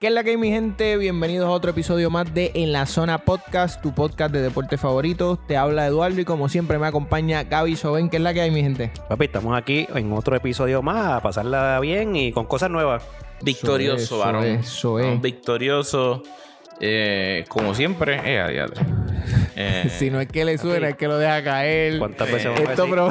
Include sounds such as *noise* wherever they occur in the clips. ¿Qué es la que hay, mi gente? Bienvenidos a otro episodio más de En la Zona Podcast, tu podcast de deporte favorito. Te habla Eduardo y como siempre me acompaña Gaby Soben. ¿Qué es la que hay, mi gente? Papi, estamos aquí en otro episodio más, a pasarla bien y con cosas nuevas. Eso Victorioso, es, varón. eso es. Un Victorioso. eh, como siempre. Eh, a *laughs* diadre. Eh, *laughs* si no es que le suena, es que lo deja Mm. caer. ¿Cuántas veces vamos a Eh, Esto, decir? pro- *laughs*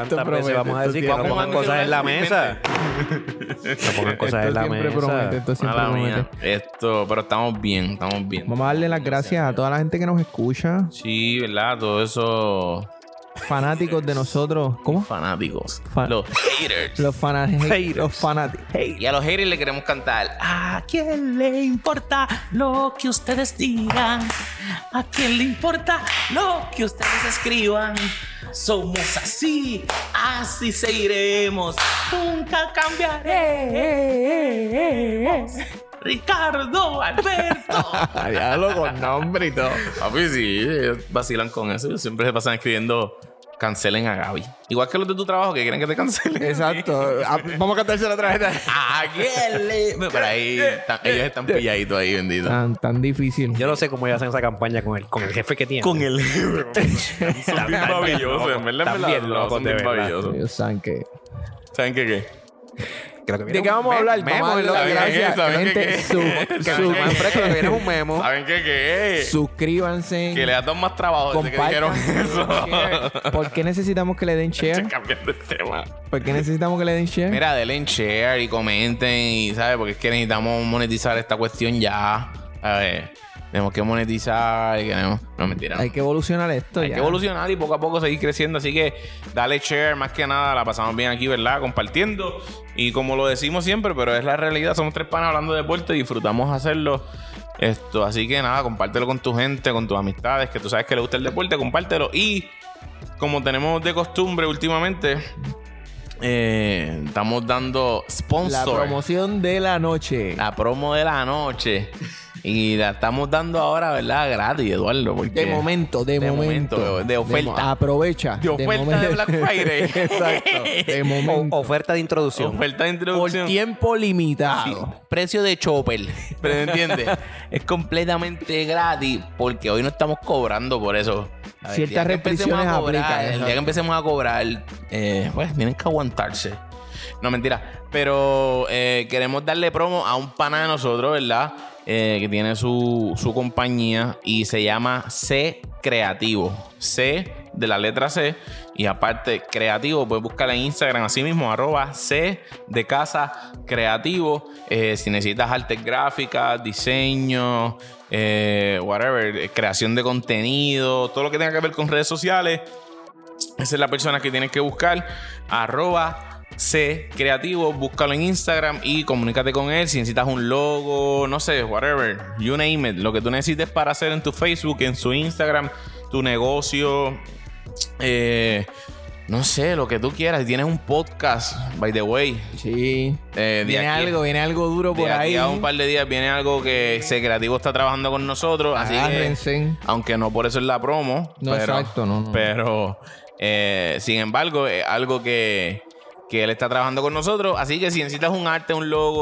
esto ¿Cuántas veces promete, vamos a esto decir que no siempre- pongan cosas en la mesa? No pongan cosas en esto la siempre promete, mesa. esto siempre mala promete. mía. Esto, pero estamos bien, estamos bien. Vamos a darle las gracias a toda la gente que nos escucha, Sí, ¿verdad? Todo eso. fanáticos de nosotros. ¿Cómo? Fanáticos. Fan- Los haters. Los fanáticos. Los fanáticos. Y a los haters le queremos cantar. ¿A quién le importa lo que ustedes digan? ¿A quién le importa lo que ustedes escriban? Somos así, así seguiremos. Nunca cambiaremos. Ricardo, Alberto. Diablo con nombre y *laughs* todo. Papi, sí, ellos vacilan con eso. Ellos siempre se pasan escribiendo cancelen a Gaby. Igual que los de tu trabajo que quieren que te cancelen. Exacto. A- Vamos a cantársela otra vez. ¿A quién le.? Pero *laughs* ahí, están- ellos están pilladitos ahí, bendito. Tan, tan difícil. Yo no sé cómo ellos hacen esa campaña con el, con el jefe que tienen. con el *laughs* libro. son bien Están bien maravillosos, locos. en verdad, Están en verdad. bien no, locos, Son de bien verdad. maravillosos. Ellos saben que. ¿Saben qué qué? Creo que viene ¿De qué un vamos a mem- hablar? memo, Vamos a darle ¿verdad? las ¿Saben qué? gracias. ¿Saben qué? Gente, *laughs* su- ¿Saben su- qué? más fresco que *laughs* viene un memo. ¿Saben qué qué? Suscríbanse. Que le das más trabajo desde que dijeron *laughs* Compartan. eso. ¿Por qué necesitamos que le den share? *laughs* Cambiando el tema. ¿Por qué necesitamos que le den share? Mira, denle en share y comenten y, ¿sabes? Porque es que necesitamos monetizar esta cuestión ya. A ver, tenemos que monetizar y queremos... No, mentira. Hay que evolucionar esto. Hay ya. que evolucionar y poco a poco seguir creciendo. Así que dale share, más que nada, la pasamos bien aquí, ¿verdad? Compartiendo. Y como lo decimos siempre, pero es la realidad, somos tres panas hablando de deporte, disfrutamos hacerlo. Esto, así que nada, compártelo con tu gente, con tus amistades, que tú sabes que le gusta el deporte, compártelo. Y como tenemos de costumbre últimamente, eh, estamos dando La sponsor. promoción de la noche. La promo de la noche. Y la estamos dando ahora, ¿verdad? Gratis, Eduardo. Porque De momento, de, de momento. momento, de- de oferta. mo- aprovecha. De oferta de momento. Black Friday. *laughs* Exacto. *laughs* De O- momento. Oferta de introducción. Oferta de Por introducción. tiempo limitado. Precio de chopper. Pero *laughs* ¿me entiendes? es completamente gratis porque hoy no estamos cobrando por eso. A Ciertas ver, el día que empecemos restricciones a cobrar, aplican, El exacto. día que empecemos a cobrar, eh, pues tienen que aguantarse. *laughs* No, mentira. Pero eh, queremos darle promo a un pana de nosotros, ¿verdad? Eh, que tiene su, su compañía y se llama C Creativo. C de la letra C. Y aparte, creativo, puedes buscarla en Instagram así mismo, arroba C de casa creativo. Eh, si necesitas artes gráficas, diseño, eh, whatever, eh, creación de contenido, todo lo que tenga que ver con redes sociales, esa es la persona que tienes que buscar. Arroba C Creativo. Búscalo en Instagram y comunícate con él. Si necesitas un logo, no sé, whatever. You name it. Lo que tú necesites para hacer en tu Facebook, en su Instagram, tu negocio. eh, no sé, lo que tú quieras. Si tienes un podcast, by the way. Sí. eh, de Viene aquí- algo, viene algo duro de por aquí ahí. a un par de días viene algo que C Creativo está trabajando con nosotros. Así que, Agárrense. aunque no por eso es la promo. No, pero- exacto, no, no. pero, eh, sin embargo, es algo que, que él está trabajando con nosotros. Así que si necesitas un arte, un logo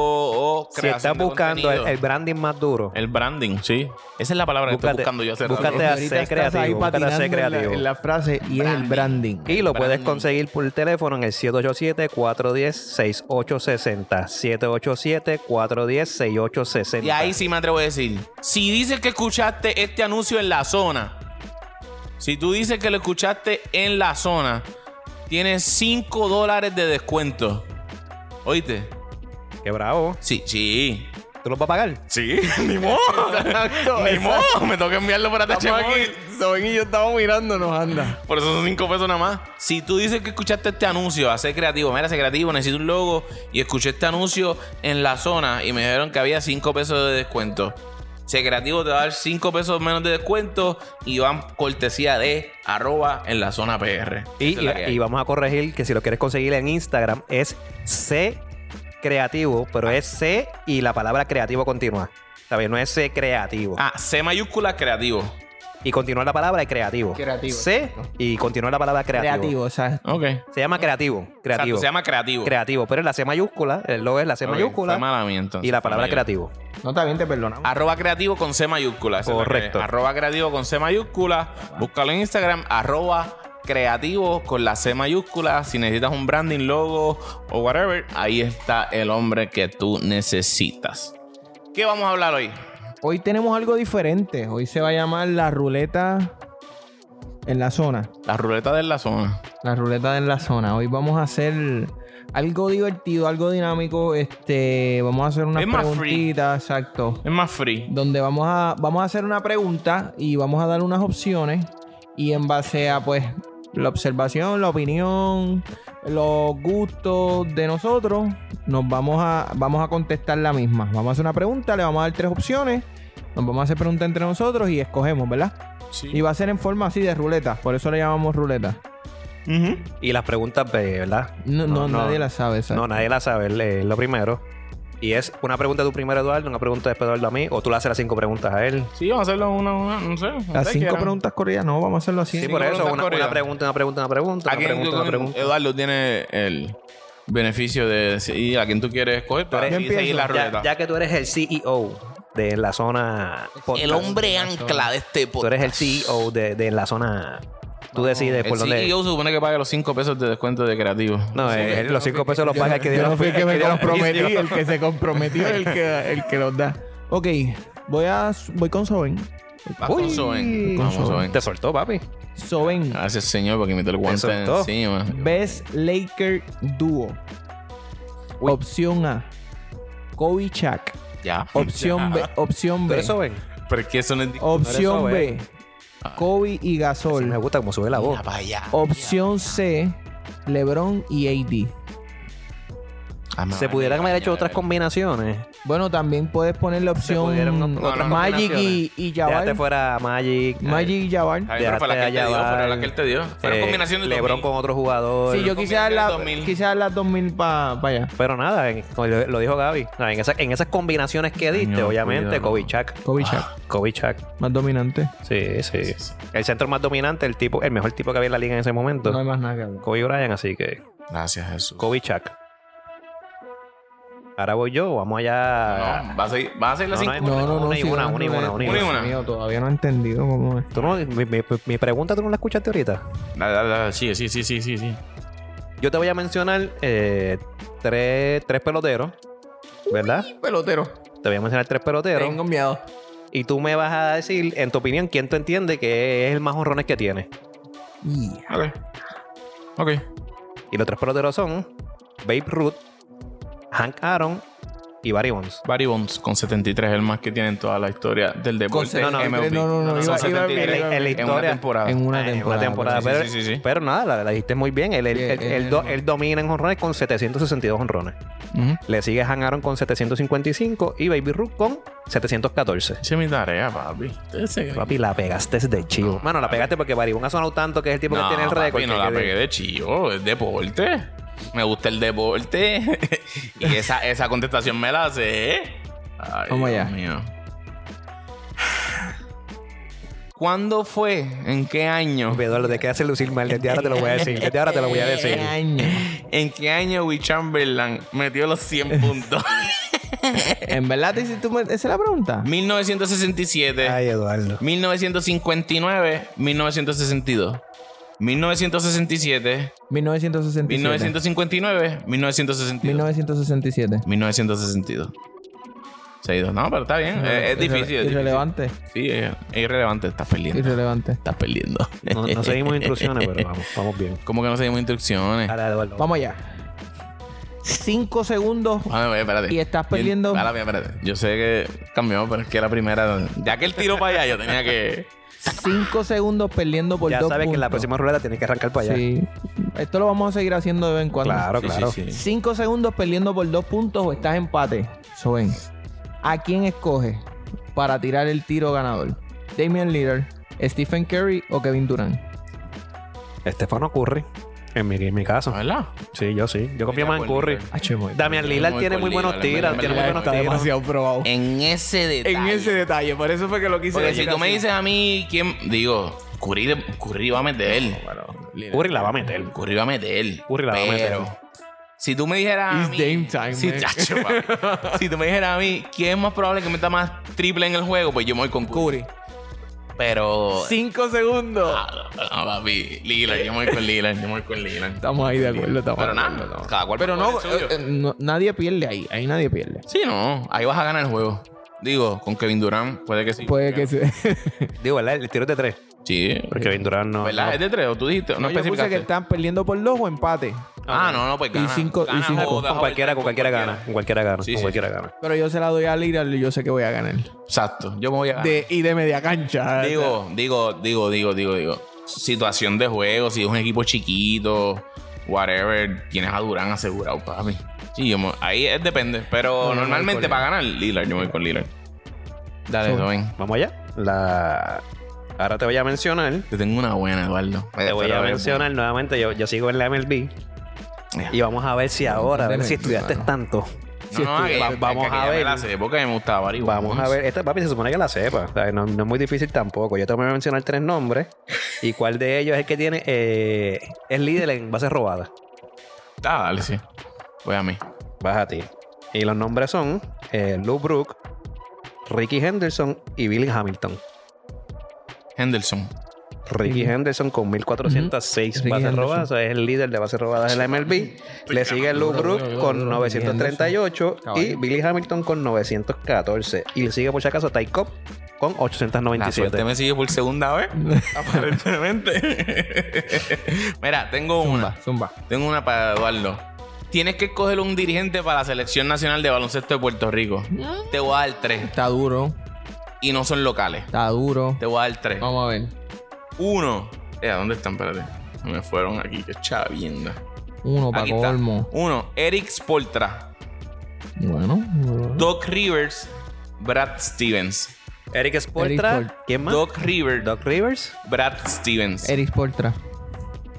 o Si creación estás de buscando el, contenido, el branding más duro, el branding, sí. Esa es la palabra que estoy buscando yo hace rato. búscate a Ahorita ser estás creativo, ahí búscate a ser patinando en la- creativo. En la frase y es el branding. Y lo puedes Branding. conseguir por teléfono en el 787-410-6860. 787-410-6860. Y ahí sí me atrevo a decir. Si dices que escuchaste este anuncio en la zona, si tú dices que lo escuchaste en la zona, tienes 5 dólares de descuento. ¿Oíste? Qué bravo. Sí, sí. ¿Tú los vas a pagar? Sí, *laughs* ni modo. ni modo. Me toca enviarlo para Estamos THM. aquí, Soben y yo estamos mirándonos, anda. Por eso son 5 pesos nada más. Si tú dices que escuchaste este anuncio, hacer creativo, mira, hacer creativo, necesito un logo y escuché este anuncio en la zona y me dijeron que había 5 pesos de descuento. Ser creativo te va a dar 5 pesos menos de descuento y van cortesía de arroba en la zona PR. Y, Esa es la que hay. y vamos a corregir que si lo quieres conseguir en Instagram es C creativo, pero es C y la palabra creativo continua. ¿Sabes? No es C creativo. Ah, C mayúscula creativo. y continuar la palabra y creativo. Creativo, C exacto. y continuar la palabra creativo. Creativo, o sea. Ok. Exacto, Se llama creativo. Creativo. se llama creativo. Creativo, pero es la C mayúscula, el logo es la C Ok, mayúscula fue mala mía, entonces, y la fue palabra mala mía. creativo. No, está bien, te perdonamos. Ah, Arroba creativo con C mayúscula. esa es la que- Correcto. Arroba creativo con C mayúscula. Búscalo en Instagram. Arroba creativo con la C mayúscula. Si necesitas un branding, logo o whatever, ahí está el hombre que tú necesitas. ¿Qué vamos a hablar hoy? Hoy tenemos algo diferente. Hoy se va a llamar la ruleta en la zona. La ruleta de la zona. La ruleta en la zona. Hoy vamos a hacer algo divertido, algo dinámico. Este, vamos a hacer unas Es más free. preguntitas, exacto. Es más free. Donde vamos a, vamos a hacer una pregunta y vamos a dar unas opciones. Y en base a, pues, la observación, la opinión, los gustos de nosotros, nos vamos a, vamos a contestar la misma. Vamos a hacer una pregunta, le vamos a dar tres opciones. Nos vamos a hacer preguntas entre nosotros y escogemos, ¿verdad? Y Sí. va a ser en forma así de ruleta. Por eso le llamamos ruleta. Y las preguntas, eh, ¿verdad? No, no, nadie la sabe, exacto. No, nadie la sabe, es lo primero. Y es una pregunta tú primero, Eduardo, una pregunta después Eduardo a mí, o tú le haces las cinco preguntas a él. Sí, vamos a hacerlo una, una, no sé. como Las ustedes cinco quieran. preguntas corridas, no, vamos a hacerlo así. Sí, Cinco por eso, preguntas una, corridas. una pregunta, una pregunta, una pregunta, ¿A una quién pregunta, tú- una pregunta. Eduardo tiene el beneficio de decidir a quién tú quieres escoger para Yo así seguir empiezo. la Ya- ruleta. Ya, que tú eres el CEO de la zona podcast, el hombre ancla de este Tú podcast. eres el CEO de, de la zona. Tú decides El Eh, E por dónde. CEO se supone que paga los 5 pesos de descuento de creativo. No, eh, los cinco pesos los paga el que dio Yo la- no fui el que me dio la comprometí, oficio. el que se comprometió, el que, el que los da. Ok, voy a voy con Soben. Vas con Uy, Soben. con Vamos, Soben. Soben. Te soltó, papi. Soben, Ah. Gracias, señor, porque me te el guante soltó. encima. Best Laker Duo. Opción A, Kobe Chuck. Ya. Opción B, opción ¿Tú B. eres Soben? *laughs* Porque eso no es. Opción Tú eres B, Kobe y Sí, me Gasol. gusta cómo sube la voz. Mira para allá. Opción C, LeBron y AD. Ah, Se madre, pudieran haber madre, hecho otras combinaciones. Bueno, también puedes poner la opción pudieron otras Magic y, combinaciones. y Déjate Jabal. fuera Magic. Magic y Jabal. Javier, pero fue la que él te Déjate dio. allá, Fue la Val. que él te dio. Fue eh, combinación de LeBron 2000. con otro jugador. Sí, yo quise dar, combinación la, del 2000. quise dar las 2000 para allá. Pero nada, en- como lo lo dijo Gaby, nada, en, esa- en esas combinaciones que diste, Coño, obviamente, cuidado. Kovichak. Kobe Shaq, Kovichak. más dominante. Sí, sí. El centro más dominante, el tipo, el mejor tipo que había en la liga en ese momento. No hay más nada que hablar. Kobe Bryant, así que Gracias, Jesús. Kobe Chuck. Ahora voy yo, vamos allá. No, vas a seguir vas a seguir No, las no 5. hay- No, no, no. Una y sí, una, no, una y no, una, no, una y Dios una. mío, todavía no he entendido cómo es. Tú no- mi, mi- mi pregunta tú no la escuchaste ahorita. Dale, dale, dale. Sí, sí, sí, sí, sí. sí. Yo te voy a mencionar eh, tres, tres peloteros, ¿verdad? Pelotero. Te voy a mencionar tres peloteros. Tengo miedo. Y tú me vas a decir, en tu opinión, quién tú entiendes que es el más honrones que tiene. Ok. Ok. Y los tres peloteros son Babe Ruth, Hank Aaron y Barry Bonds. Barry Bonds con 73 el más que tiene en toda la historia del deporte. No, no, MLB. no, no, no, son iba- iba- 73 iba- En la en una historia. temporada. En una Ah, en temporada. sí, pero, sí, sí, sí. pero nada, la, la dijiste muy bien. Él, él- Sí, él- él- él do- él domina en honrones con 762 honrones. Ujú. Le sigue Han Aaron con 755 y Baby Ruth con 714. Esa es mi tarea, papi. Ustedes se creen. Papi, la pegaste de chivo. Mano, la pegaste porque Barry Bonds ha sonado tanto que es el tipo que tiene el papi, récord. no que- la que- pegué de chivo, es deporte. Me gusta el deporte. *laughs* y esa, esa contestación me la hace. Ay, Vamos Dios allá. mío. ¿Cuándo fue? ¿En qué año? Eduardo, te quedas sin lucir mal. Desde ahora te lo voy a decir. Desde ahora te lo voy a decir. Año. ¿En qué año Will Chamberlain metió *laughs* los 100 puntos? En verdad, te hiciste- tú me- esa es la pregunta. 1967. Ay, Eduardo. 1959, 1962. 1967, 1967. 1959, 1962. 1967. 1962. 62. No, pero Eh, está bien. es, es Irre- difícil. es Irrelevante. difícil. Sí, es, es irrelevante. Estás perdiendo. Irrelevante. Estás perdiendo. No, no seguimos instrucciones, pero vamos, vamos bien. ¿Cómo que no seguimos instrucciones? Dale, Eduardo. Vamos allá. Cinco segundos. Ah, no, espérate. Y estás perdiendo- Yo, espérate, espérate. Yo sé que cambió, pero es que la primera. Ya que el tiro para allá, yo *laughs* tenía que. Cinco segundos perdiendo por Ya dos sabes que en la puntos. próxima ruleta tienes que arrancar para allá. Sí. Esto lo vamos a seguir haciendo de vez en cuando. Claro, claro. Sí, sí, sí. 5 segundos perdiendo por 2 puntos o estás empate. Soben. ¿A quién escoges para tirar el tiro ganador? Damian Lillard, Stephen Curry o Kevin Durant. Estefano Curry. En mi, en mi caso. ¿Verdad? Sí, yo sí. Yo confío más en Mira, Curry. Curry. Ah, che, muy- Damian Lillard Muy tiene muy Curry, buenos Lillard, tiros. en Tiene muy verdad buenos Está tiros. demasiado probado. En ese detalle. Oh. En ese detalle, por eso fue que lo quise Porque decir si tú me así. dices a mí, ¿quién? Digo, Curry, Curry va a meter. Curry la va a meter. Curry va a meter. Curry la va a meter. Pero, Si tú me dijeras. a It's mí- game time, Sí, man. chacho, *laughs* papi. si tú me dijeras a mí, ¿quién es más probable que meta más triple en el juego? Pues yo me voy con Curry. Curry. Pero. Cinco segundos. Ah, ah, papi, Lillard, yo me voy con Lillard, yo me voy con Lillard. Estamos ahí de acuerdo, estamos Pero de acuerdo, nada, estamos- cada cual Pero va a no, jugar el suyo. eh, eh, no- nadie pierde ahí. Ahí nadie pierde. Sí, no, ahí vas a ganar el juego. Digo, con Kevin Durant, puede que sí. Puede que se. Digo, ¿verdad? El tiro es de tres. Sí. Porque Kevin Durant no. ¿Verdad? ¿Es de tres o tú dijiste? No, No, *laughs* yo puse especificaste. que están perdiendo por dos o empate. Ah, no, no, pues Y gana. cinco- y Gana cinco. o deja Con cualquiera, overtime, con cualquiera gana. Con cualquiera gana. Sí, Con sí. cualquiera gana. Pero yo se la doy a Lira y yo sé que voy a ganar. Exacto, yo me voy a ganar. De, y de media cancha. Digo, digo, digo, digo, digo, digo. Situación de juego, si es un equipo chiquito, whatever, tienes a Durán asegurado, papi. Sí, yo me- ahí es- depende, pero No, yo me voy con normalmente Lillard. para ganar Lillard, yo me voy con Lillard. Dale, Sí. Rubén. Vamos allá. La... Ahora te voy a mencionar. Te tengo una buena, Eduardo. Te voy Pero, a ver, mencionar nuevamente. Yo, yo sigo en la MLB. Y vamos a ver si ahora, a ver si estudiaste claro. tanto. No, no, Sí, que- va- que- vamos que a ya me ver. la sé, porque me gustaba Barry Vamos a Bonds. ver. Esta papi se supone que la sepa. O sea, no, no es muy difícil tampoco. Yo te voy a mencionar tres nombres. ¿Y cuál de ellos es el que tiene. eh, es líder en bases robadas? Ah, dale, sí. Voy a mí. Vas a ti. Y los nombres son eh, Lou Brook, Ricky Henderson y Billy Hamilton. Henderson. Ricky Henderson con 1406 Ricky bases Henderson. robadas, o sea, es el líder de bases robadas de la MLB. Le sigue Lou duro, Brook duro, duro, con duro, 938 y Caballo. Billy Hamilton con 914. Y le sigue por si acaso Ty Cobb con La suerte 897. me sigue por segunda *laughs* vez. aparentemente. *laughs* Mira, tengo una. Zumba. Tengo una para Eduardo. Tienes que escoger un dirigente para la Selección Nacional de Baloncesto de Puerto Rico. Te voy a dar tres. Está duro. Y no son locales. Está duro. Te voy a dar tres. Vamos a ver. Uno. Eh, ¿dónde están? Espérate. Se Me fueron aquí. Qué chavienda. Uno para Aquí está. colmo. Uno. Eric Spoltra. Bueno. Doc Rivers. Brad Stevens. Eric Sportra. Eric Spol- ¿Quién más? Doc Rivers. Doc Rivers. Brad Stevens. Eric Sportra.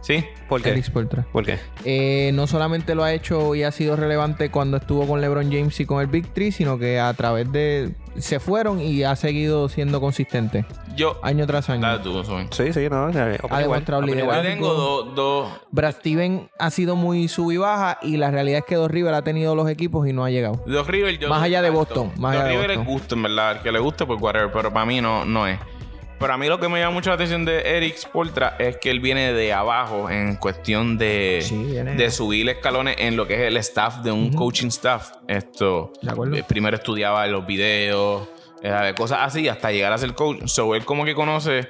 Sí. ¿Por qué? Eric Sportra. ¿Por qué? Eh, no solamente lo ha hecho y ha sido relevante cuando estuvo con LeBron James y con el Big Three, sino que a través de. Se fueron y ha seguido siendo consistente Yo. año tras año. Dale tú, Zoe. Sí, sí, no. eh, Ha opino igual. demostrado Yo liderazgo. tengo dos. dos Brad Steven ha sido muy sub y baja y la realidad es que Dos River ha tenido los equipos y no ha llegado. Doc River, yo Más allá de Alto. Boston, más allá Doc de River es Boston. gusto, en verdad. Al que le guste, pues whatever. Pero para mí no, no es. Pero a mí lo que me llama mucho la atención de Eric Spoltra es que él viene de abajo en cuestión de, Sí, viene- de subir escalones en lo que es el staff de un coaching staff. Esto. De acuerdo. eh, Primero estudiaba los videos, eh, cosas así, hasta llegar a ser coach. So él como que conoce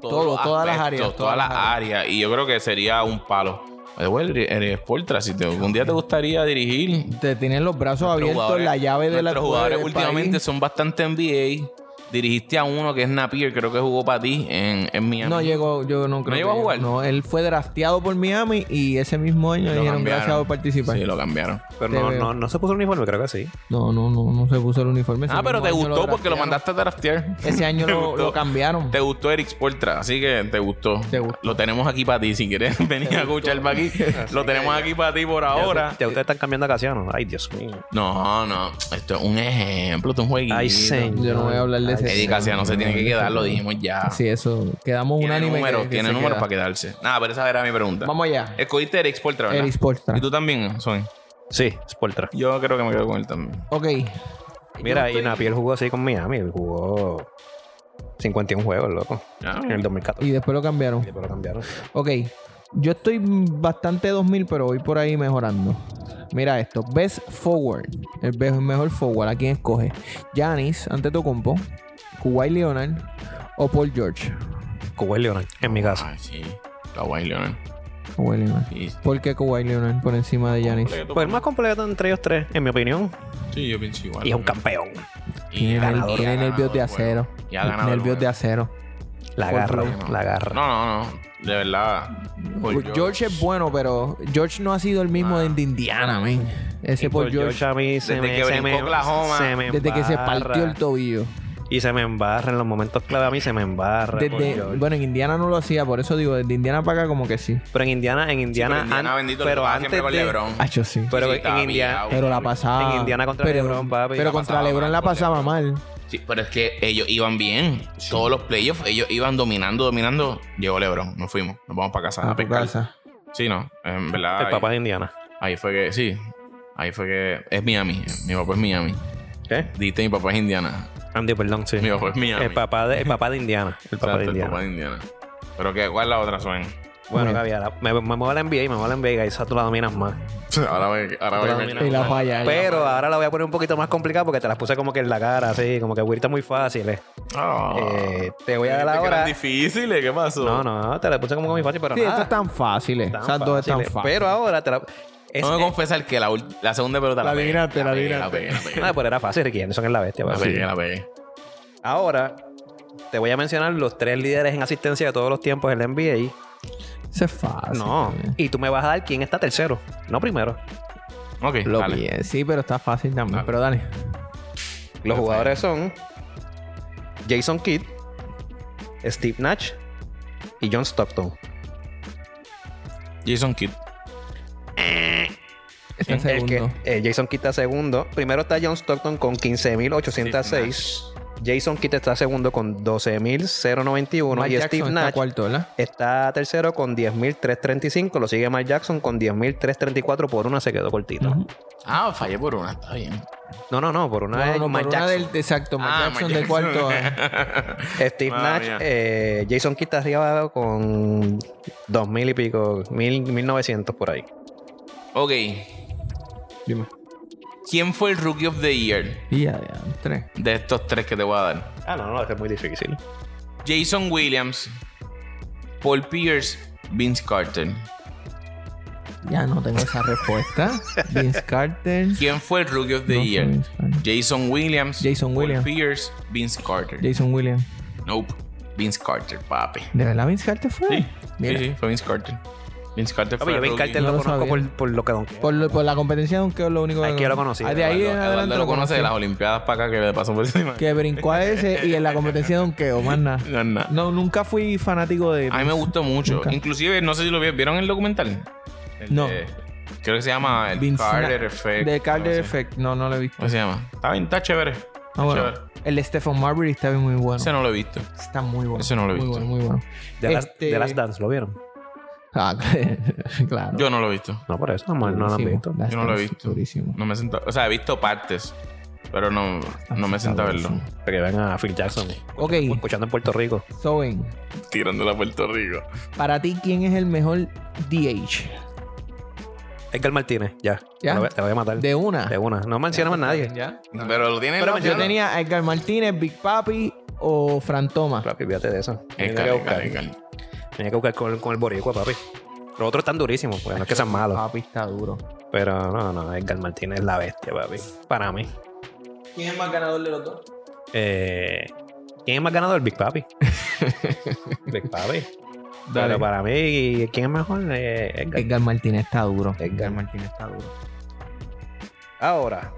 todos Todo, los todas las áreas, Todas, las áreas. Y yo creo que sería un palo. Eh, bueno, Eric Spoltra, si te- algún día te gustaría dirigir, Te tienen los brazos abiertos, la llave de la nuestros jugadores del últimamente país. son bastante NBA. Dirigiste a uno que es Napier, creo que jugó para ti en, en Miami. No llegó, yo no creo. que llegó a jugar? No, él fue drafteado por Miami y ese mismo año le Lo dijeron cambiaron. gracias por participar. Sí, lo cambiaron. Pero ah, Te no, veo. no, no se puso el uniforme, creo que sí. No, no, no, no se puso el uniforme. Ah, Ese pero mismo te año gustó porque lo draftearon. mandaste a draftear. Ese año *laughs* Te lo, gustó. lo cambiaron. Te gustó Eric Sportra, así que te gustó. Te gustó. Lo tenemos aquí para ti, si quieres *laughs* venir a escuchar para *laughs* aquí. lo tenemos aquí para ti por ahora. Ya ustedes están cambiando a Casiano. Ay, Dios mío. No, no. Esto es un ejemplo, esto es un jueguito. Ay, señor. Yo no voy a hablar de ese. Eddie Casiano se tiene que quedar, lo dijimos ya. Sí, eso. Quedamos tiene unánime. números, que- que tiene se números queda. para quedarse. Nada, pero esa era mi pregunta. Vamos allá. Escogiste Eric Sportra, ¿verdad? Eric Spoelstra. ¿Y tú también, Sony? Sí, Sportra. Yo creo que me quedo con él también. Ok. Mira, y Napier jugó así con Miami. Jugó 51 juegos, loco. En el 2014. Y después lo cambiaron. Pero lo cambiaron. Ok, yo estoy bastante 2000, pero voy por ahí mejorando. Mira esto, best forward, el be- mejor forward, ¿a quién escoge? Giannis, Antetokounmpo, Kuwait Leonard o Paul George. Cuba y Leonard, en mi caso. Ay, sí. Kawhi Leonard. Kawhi Leonard. Sí, sí. ¿Por qué Kawhi Leonard por encima de Giannis? Pues el más completo entre ellos tres, en mi opinión. Sí, yo pienso igual. Y es un campeón. Tiene, ha nerv- ganado, tiene y ha nervios de ganado el acero. juego. Y ha ganado el Nervios de juego. acero. La Por garra, favor. la garra. No, no, no. De verdad. Paul Paul Pues George es bueno, pero George no ha sido el Ah. mismo de Indiana, man. Ese Y Paul George. a mí se Desde me, que se brincó me- Oklahoma. se me Desde que se embarra. partió el tobillo. Y se me embarra en los momentos clave a mí, se me embarra. por Desde- Dios. bueno, en Indiana no lo hacía, por eso digo, desde Indiana para acá como que sí. pero en Indiana, en Indiana, Indiana, an- bendito, pero lo que pasa antes siempre con de- LeBron. Hacho, sí. Pero Sí, en estaba Indiana, pillado. Pero la pasaba. En Indiana contra pero, LeBron, papi. Pero La contra pasaba LeBron mal, la con pasaba mal. Sí, pero es que ellos iban bien. Todos los playoffs, ellos iban dominando, dominando. Llegó LeBron, nos fuimos, nos vamos para casa. A a tu pescar. casa. Sí, no, en verdad. El ahí- papá de Indiana. Ahí fue que, sí. Ahí fue que. Es Miami. Mi papá es Miami. ¿Qué? Diste, mi papá es Indiana. Andy, perdón, sí. Mi papá es Miami. El papá de, el papá de Indiana. El papá Exacto, de el Indiana. papá de Indiana. Pero que, ¿cuál es la otra *laughs* suena? Bueno, Bueno. Gaby, ahora me, me muevo a la NBA y me muevo a la NBA y esa tú la dominas más. Ahora voy, ahora voy a Dominas Y la más. falla, y la Pero ahora la voy a poner un poquito más complicada porque te las puse como que en la cara, así, como que güirita muy fáciles. Ah. Eh, te voy a dar Dijiste que eran ahora. difíciles, ¿qué pasó? No, no, te la puse como que muy fácil, pero Sí, nada. estas están fáciles. Tan eh. Esas dos están fáciles. fáciles. Pero ahora te la. es- Tengo que confesar que la, ul- la segunda pelota La la pegué, adivinaste, la pegué, La adivinaste. pegué, la pegué. No, pero pues era fácil, Ricky son es la bestia. La papi. pegué, la pegué. Ahora te voy a mencionar los tres líderes en asistencia de todos los tiempos en la NBA. Eso es fácil. no, y tú me vas a dar quién está tercero, no primero. Ok, Lo dale. pillé. Sí, pero está fácil también. Dale. Pero dale. Los jugadores son Jason Kidd, Steve Nash y John Stockton. Jason Kidd. Está en El que, segundo. eh, Jason Kidd está segundo. Primero está John Stockton con 15.806. Jason Kidd está segundo con 12.091. Mike Y Jackson Steve está Nash cuarto, ¿verdad? Está tercero con 10.335. Lo sigue Mark Jackson con 10.334. Por una se quedó cortito. Ujú. Ah, fallé por una, está bien. No, no, no. Por una No, es no, Mark por una Jackson. del, exacto, Mike Ah, Jackson Mike del cuarto. Steve Madre Nash, mía. eh, Jason Kidd está arriba con 2.000 y pico. 1.000, 1.900 por ahí. ok. *laughs* Dime. ¿Quién fue el Rookie of the Year eh. Y ya, ya, tres. de estos tres que te voy a dar? Ah, no, no. Este es muy difícil. Jason Williams, Paul Pierce, Vince Carter. Ya no tengo esa *laughs* respuesta. Vince Carter. ¿Quién fue el Rookie of the No fue Year? Vince Carter. Jason Williams, Jason Paul Williams. Pierce, Vince Carter. Jason Williams. Nope, Vince Carter, papi. ¿De verdad Vince Carter fue? Sí, Mira, sí, sí, fue Vince Carter. Vince Carter fue yo el Vince rookie. Carter No lo, lo conozco sabía. por, por lo que donkea. Por, lo- por la competencia de donkeo es lo único Aquí yo lo conocí, Ah, de ahí Eduardo, en Eduardo adelante lo conoce de las conocí. Olimpiadas para acá que le pasó por encima. Que brincó a ese y en la competencia de donkeo, más nada. No, no. No, nunca fui fanático de... A mí me gustó mucho. Nunca. Inclusive, no sé si lo vi- vieron el documental. El No. de- creo que se llama el Vince Carter Na- Effect. De algo Carter así. Effect. No, no lo he visto. ¿Cómo se llama? Está bien, está chévere. Ah, bueno. Chévere. El de Stephen Marbury está bien muy bueno. Ese no lo he visto. Está muy bueno. ese no lo he Muy visto. bueno, muy bueno. De las, Este- de las Dance, ¿lo vieron? Ah, *laughs* claro. Yo no lo he visto. No, por eso. No, no lo han Durísimo. visto. Last Yo no lo he Dance, visto. durísimo. No me he sentado. O sea, he visto partes. Pero no, no me he sentado a verlo. durísimo. Para que vean a Phil Jackson. Ok, Escuchando en Puerto Rico. Soben, Tirándola a Puerto Rico. para ti, ¿quién es el mejor DH? Edgar Martínez, ya. Ya. Te, lo voy, te lo voy a matar. De una. De una. No mencionas más nadie. ¿Ya? Pero lo tienen Pero la Yo opción. tenía a Edgar Martínez, Big Papi o Fran Thomas. Papi, fíjate de eso. Es Tenía Cali, que buscar. Cali, Cali. Tenía que buscar con, con el boricua, papi. Los otros están durísimos, porque no es que sean malos. Papi está duro. Pero no, no, Edgar Martínez es la bestia, papi. Para mí. ¿Quién es más ganador de los dos? Eh, ¿Quién es más ganador? Big Papi. Big Papi. Dale. Pero para mí, ¿quién es mejor? Eh, Edgar. Edgar Martínez está duro. Edgar Martínez está duro. Ahora,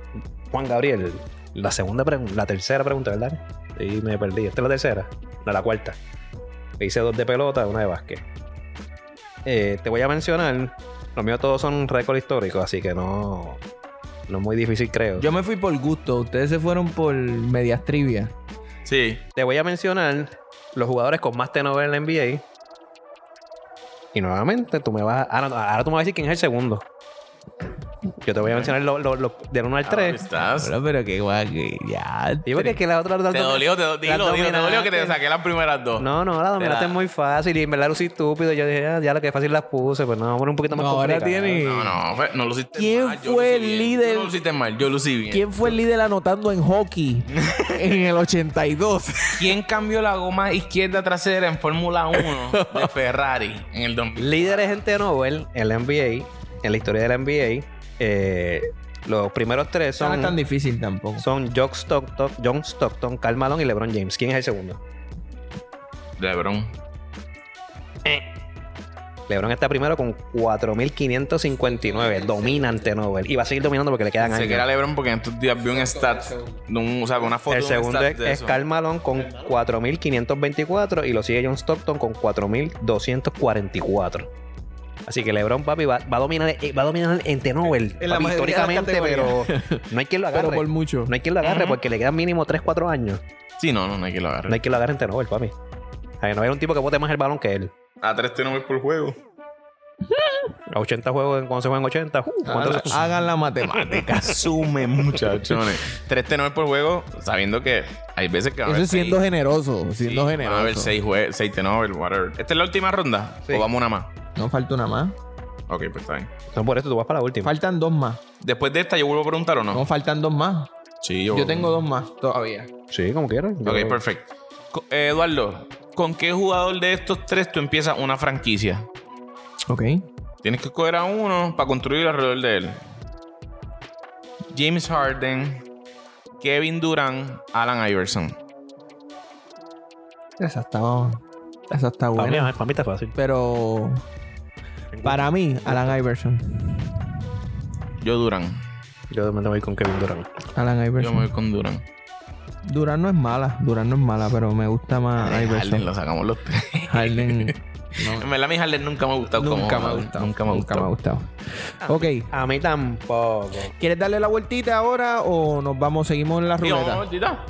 Juan Gabriel, la segunda pregunta, la tercera pregunta, ¿verdad? Y me perdí. Esta es la tercera. No, la cuarta. Le hice dos de pelota, una de básquet. Eh, te voy a mencionar. Los míos todos son récord histórico, así que no. No es muy difícil, creo. Yo me fui por gusto. Ustedes se fueron por medias trivia. Sí. Te voy a mencionar los jugadores con más turnover en la NBA. Y nuevamente tú me vas a. Ahora, ahora tú me vas a decir quién es el segundo. Yo te voy a mencionar los los- los del 1 Ah, al 3. ¿Estás? Pero, pero qué guay. que Ya. Digo que, que la otra. Te dolió, te, do- Las dilo, dilo, te dolió que te dominantes. saqué las primeras dos. No, no, la dominante Te es la- muy fácil y en verdad lucí estúpido. Yo dije, ah, ya lo que fácil las puse, pues no, vamos a poner un poquito más No, ahora complicado. tiene- No, eh, no, fue- no luciste ¿Quién mal. yo fue lucí el bien. líder? Tú no luciste mal, yo lucí bien. ¿Quién fue el líder anotando en *laughs* hockey en el 82? ¿Quién cambió la goma izquierda trasera en Fórmula 1 *laughs* de Ferrari en el 2000? Líderes en T-Nobel, en la NBA, en la historia de la NBA, eh, los primeros tres Eso no es tan son, difícil tampoco. son John Stockton, John Stockton, Karl Malone y LeBron James. ¿Quién es el segundo? LeBron. LeBron está primero con 4.559. Domina ante Nobel. Y va a seguir dominando porque le quedan Sé que era años. LeBron porque en estos días vi un stat, de un- o sea, una foto El de un segundo stat es, de es eso. Karl Malone con 4.524 y lo sigue John Stockton con 4.244. Así que LeBron, papi, va, va a dominar eh, va a dominar ante Nobel. En la papi, mayoría de las históricamente, pero no hay quien lo agarre. Pero por mucho. No hay quien lo agarre Ujú. porque le quedan mínimo 3-4 años. Sí, no, no, no hay que lo agarre. No hay quien lo agarre ante Nobel, papi. Ay, no hay un tipo que bote más el balón que él. A Ah, tres tenemos por juego. A 80 juegos, cuando se juegan 80, uh, ¿cuántos- Hagan- Hagan la matemática. *laughs* Sumen, muchachones. Tres tenores por juego, sabiendo que hay veces que van a Eso haber es siendo seis. generoso. Sí, Siendo van a haber generoso. seis, jue- seis tenores, whatever. ¿Esta es la última ronda? Sí. ¿O vamos una más? No falta una más. Ok, pues está bien. No, por eso tú vas para la última. Faltan dos más. Después de esta, ¿yo vuelvo a preguntar o no? No faltan dos más. Sí, Yo tengo dos más todavía. Sí, como quieras. Yo- Ok, perfecto. Co- eh, Eduardo, ¿con qué jugador de estos tres tú empiezas una franquicia? Ok. Tienes que escoger a uno para construir alrededor de él. James Harden, Kevin Durant, Alan Iverson. Esa está, esa está Para mí, buena. para mí está fácil. Pero para mí, Alan Iverson. Yo Durant. Yo me voy con Kevin Durant. Alan Yo Iverson. me voy con Durant. Durán no es mala. Durán no es mala, pero me gusta más Eh, Harden, Iverson. lo sacamos los tres. Harden En verdad, mi Harden *laughs* nunca me ha gustado. como- nunca me ha gustado. Nunca me ha Nunca me gustado. ha gustado. Ok. A mí tampoco. ¿Quieres darle la vueltita ahora o nos vamos, seguimos en la Sí, vamos, ruleta? Tita.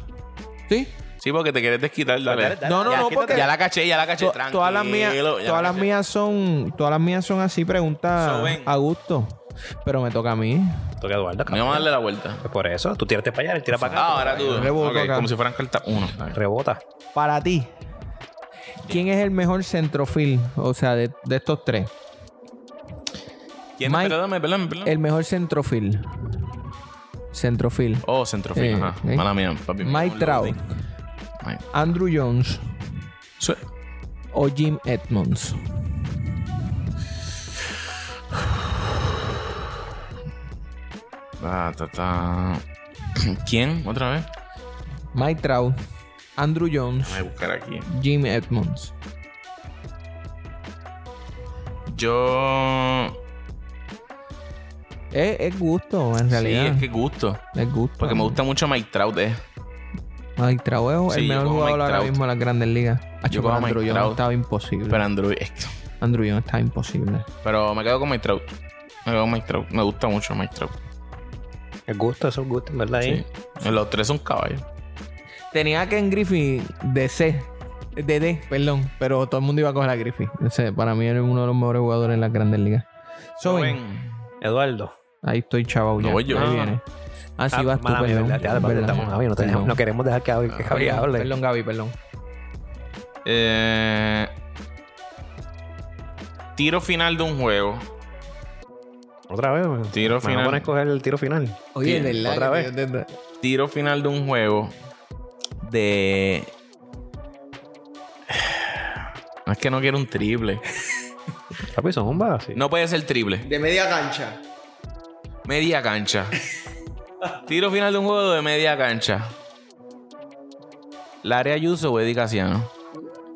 ¿Sí? Sí, porque te quieres desquitar, dale. Dale, dale. No, no, Ya, no, quítate. porque Ya la caché, ya la caché. to- todas las mías, tranquilo, ya todas la las caché. mías son, todas las mías son así preguntas So, ven. a gusto, pero me toca a mí. Toca Eduardo. Me vamos a darle la vuelta. Pues Por eso, tú tírate para allá, él tira para acá. Ah, ahora tú. Reboto Ok, acá. como si fueran cartas uno. Rebota. Para ti, ¿quién es el mejor centrofil? O sea, de, de estos tres, ¿Quién? Mike- Perdóname, perdóname, perdóname. el mejor centrofil, centrofil, Oh, centrofil. Eh, ajá. eh. Mala mía, papi. Mike Mike Trout, Andrew Jones o Jim Edmonds. Ta, ta, ta. *clears throat* ¿Quién? ¿Otra vez? Mike Trout, Andrew Jones, Déjame buscar aquí. Jim Edmonds. Yo... Es, es gusto, en realidad. Sí, es que gusto. Es gusto. Porque me gusta mucho Mike Trout, eh. Mike Trout es Sí, el yo mejor cojo a jugador Mike ahora Trout. mismo en las grandes ligas. Ah, Yo chico, cojo a Mike Andrew Jones Trout. estaba imposible. Pero Andrew... esto. Andrew Jones estaba imposible. Pero me quedo con Mike Trout. Me quedo con Mike Trout. Me gusta mucho Mike Trout. El gusto, eso es gusto, en verdad. ¿eh? Sí. ahí. Los tres son caballos. Tenía a Ken Griffey de C. De D, perdón. Pero todo el mundo iba a coger a Griffey. Ese, para mí era uno de los mejores jugadores en las grandes ligas. Soben. Joven. Eduardo. Ahí estoy chavo ya. No voy yo. Ahí Ah. viene. Ah, sí, Ah, vas tú, mala mía, perdón. ¿verdad? Ya, de- Verdad. estamos, Javi, no, te dejamos- Perdón. no queremos dejar que, Javi- que Javi Perdón, hable. Perdón, Gaby, perdón. Eh, tiro final de un juego. Otra vez. man. Tiro Me van final. a poner a coger el tiro final. Oye, Sí, de verdad. otra que te- te- Tiro final de un juego de. *sighs* No, Es que no quiero un triple. Papi, son bombas. Sí. No puede ser triple. De media cancha. Media cancha. Tiro final de un juego de media cancha. Larry Ayuso o Eddie Casiano.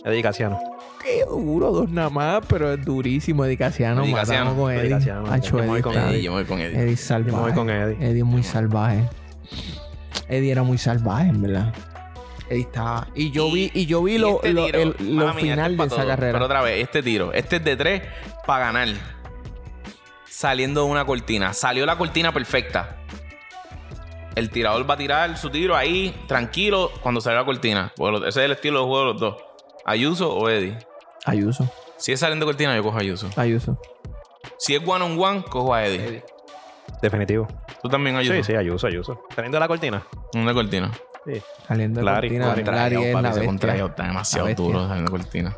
Eddie Casiano. Qué duro, dos nada más, pero es durísimo. Eddie Casiano, Eddie Casiano, matamos con Eddie Eddie. Casiano. Hacho, Yo me voy Eddie con está- Eddie, yo me voy con Eddie. Eddie es salvaje. Yo me voy con Eddie. es muy salvaje. Eddie era muy salvaje, en verdad. Eddie estaba. Y yo vi, y yo vi lo, este lo- tiro, el- lo mala mía, este final es de pa' esa todo. carrera. Pero otra vez, este tiro, este es de tres para ganar. Saliendo de una cortina. Salió la cortina perfecta. El tirador va a tirar su tiro ahí, tranquilo, cuando salió la cortina. Porque lo- Ese es el estilo de juego de los dos. Ayuso o Eddie. Ayuso, Si es saliendo de cortina, yo cojo a Ayuso. Ayuso. Si es one on one, cojo a Eddie. Definitivo. Tú también Ayuso. Sí, sí, Ayuso, Ayuso. Saliendo de la cortina. Una cortina. Sí. Saliendo de Larry, cortina, Larry Larry, Contraído, es papi, la ese bestia. contraído está demasiado La bestia. duro saliendo de cortina.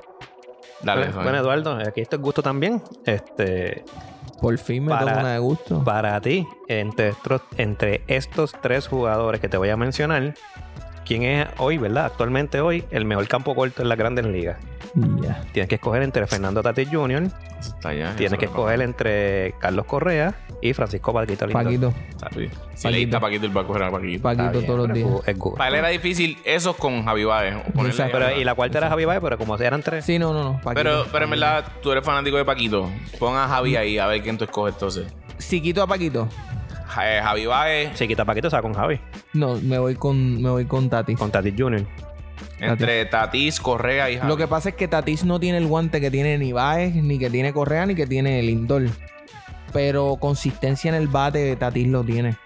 Dale, bueno, Fabián. bueno, Eduardo, aquí esto es gusto también. Este, Por fin me Para- toca una de gusto. Para ti, entre estos, entre estos tres jugadores que te voy a mencionar, quién es hoy, ¿verdad? Actualmente hoy, el mejor campo corto en las grandes ligas. Mm, Ya. Tienes que escoger entre Fernando Tatis Jr., Eso está allá, tienes eso que no- escoger entre Carlos Correa y Francisco Paquito Lindor. Paquito, Ah, Sí. Si le diste a Paquito, él va a coger a Paquito. Paquito está bien, todos los pero días. es good. Para él era difícil eso con Javi Baez. o ponerle Exacto. Pero, ahí. y la cuarta era Javi Baez, pero como eran tres, Sí, no, no, no. Paquito. pero, pero en verdad, tú eres fanático de Paquito. Pon a Javi ahí a ver quién tú escoges entonces. Si quito a Paquito, Ja- eh, Javi Baez si quita Paquito, se va con Javi, no, me voy con, me voy con Tatis. con Tatis Jr. entre Tatis, Correa y Javi. Lo que pasa es que Tatis no tiene el guante que tiene ni Baez, ni que tiene Correa, ni que tiene Lindor. Pero consistencia en el bate, Tatis lo tiene.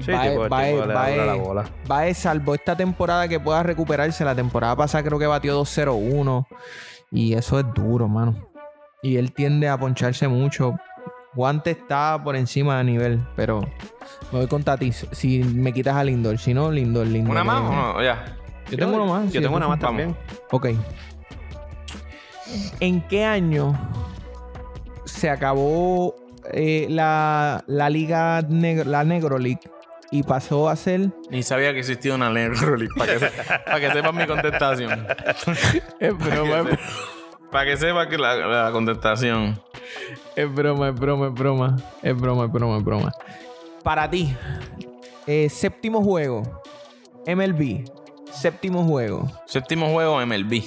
Sí, Baez- tipo, el Baez- tipo le da duro a la Baez- bola. Baez, salvo esta temporada que pueda recuperarse, la temporada pasada creo que batió 2-0-1. Y eso es duro, mano. Y él tiende a poncharse mucho. Guante está por encima de nivel, pero me voy con Tatis. Si me quitas a Lindor, si no, Lindor, Lindor. ¿Una más o Lindor. no? Ya. Yo tengo una más. Yo sí, tengo una más Vamos. también. Ok. ¿En qué año se acabó eh, la, la liga neg- la Negro League y pasó a ser Ni sabía que existía una ley Para que, se- para que sepan mi contestación. es Para que se- para que sepan que la, la contestación. es broma es broma es broma es broma es broma es broma para ti eh, séptimo juego MLB séptimo juego Séptimo juego MLB.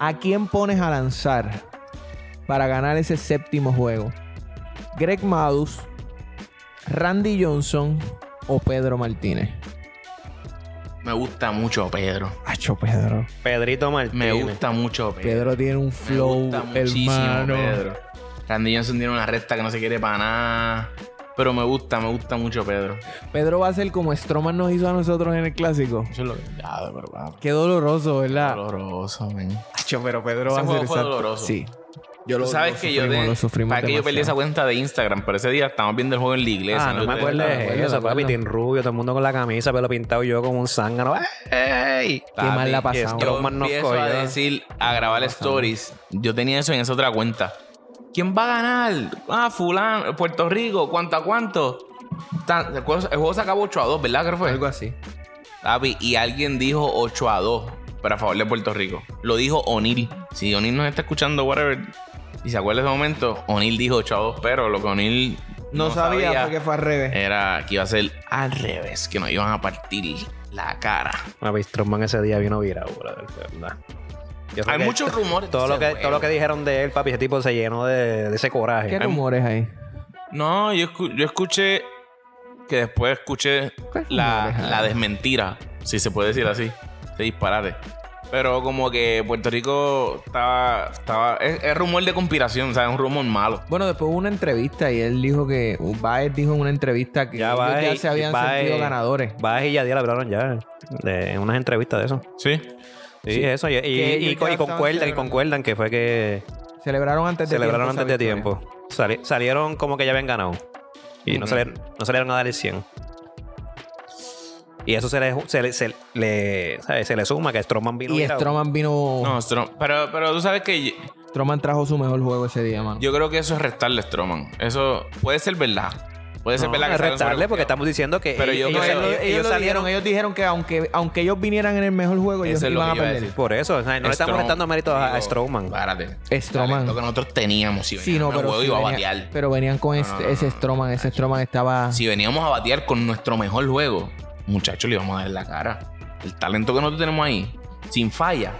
¿A quién pones a lanzar para ganar ese séptimo juego? ¿Greg Madus, Randy Johnson o Pedro Martínez? Me gusta mucho Pedro. Hacho Pedro. Pedrito Martínez. Me gusta mucho Pedro. Pedro tiene un Me flow, gusta muchísimo hermano. Pedro. Randy Johnson tiene una recta que no se quiere para nada. Pero me gusta, me gusta mucho Pedro. Pedro va a ser como Stroman nos hizo a nosotros en el clásico. Eso es lo que... Ya, de verdad. Qué doloroso, ¿verdad? Doloroso, men. Hacho, pero Pedro Ese va a juego ser fue exacto- doloroso. Sí. Yo Tú sabes que yo, sufrimos, de- lo sufrimos sabes que yo perdí esa demasiado. cuenta de Instagram, pero ese día estábamos viendo el juego en la iglesia. Ah, no Yo me te- acuerdo me de acuerdo, eso, me papi. acuerdo. Tim Rubio, todo el mundo con la camisa, pero pintado yo como un zángano. Eh. ¡Ey! Qué mal la Y pasamos. Yo Stroman nos empiezo cogió. a decir, a grabar stories. Yo tenía eso en esa otra cuenta. ¿Quién va a ganar? Ah, fulano, Puerto Rico, ¿cuánto a cuánto? Tan- el juego- el juego se acabó 8 a 2, ¿verdad? Creo que fue. Algo así. Papi, y alguien dijo 8 a 2, pero a favor de Puerto Rico. Lo dijo O'Neill. Si O'Neill nos está escuchando, whatever, y se acuerda de ese momento, O'Neill dijo 8 a 2, pero lo que O'Neill No, sabía, Eh, porque fue al revés. era que iba a ser al revés, que nos iban a partir la cara. Papi, Stroman ese día vino virado, brother, de verdad. Yo creo Hay que muchos rumores. de Todo lo, ese que, todo lo que juego. dijeron de él, papi, ese tipo se llenó de, de ese ¿Qué coraje. rumores hay? No, yo, escu- yo escuché que después escuché ¿Cuál la, rumores hay? la desmentira, si se puede decir así. Se disparate. Pero como que Puerto Rico estaba. estaba es, es rumor de conspiración, o sea, es un rumor malo. Bueno, después hubo una entrevista y él dijo que Baez dijo en una entrevista que Ya ellos Baez- ya se habían Baez- sentido ganadores. Vas y Yadiel hablaron ya de, en unas entrevistas de eso. Sí. Sí, eso. Y, y- Que y- ellos ya y estaban concuerdan, y celebrando. concuerdan que fue que Celebraron antes de celebraron tiempo. antes de tiempo. Sali- salieron como que ya habían ganado. Y no, Ujú. salieron, no salieron a dar el 100. Y eso se le, se le, se le, ¿sabes? se le suma que Stroman vino. Y virado. Stroman vino. No, Stro- pero, pero tú sabes que yo, Stroman trajo su mejor juego ese día, mano. yo creo que eso es restarle a Stroman. Eso puede ser verdad. Puede ser No, verdad que es salgan restarle porque sobreconfiados. estamos diciendo que Pero yo ellos, creo- ellos- ellos, ellos lo salieron dijeron, ellos dijeron que aunque, aunque ellos vinieran en el mejor juego, ellos Eso es lo iban a que yo iba a perder. decir. por eso. o sea, no le estamos Strom- restando méritos a, a digo, Stroman. Párate. Stroman. Lo que nosotros teníamos. Si Sí, no, veníamos al pero, juego sí iba a venía- batear. pero venían con este- no, no, ese no, Stroman. Ese Stroman estaba. si veníamos a batear con nuestro mejor juego, muchachos, le íbamos a dar en la cara. El talento que nosotros tenemos ahí, sin falla.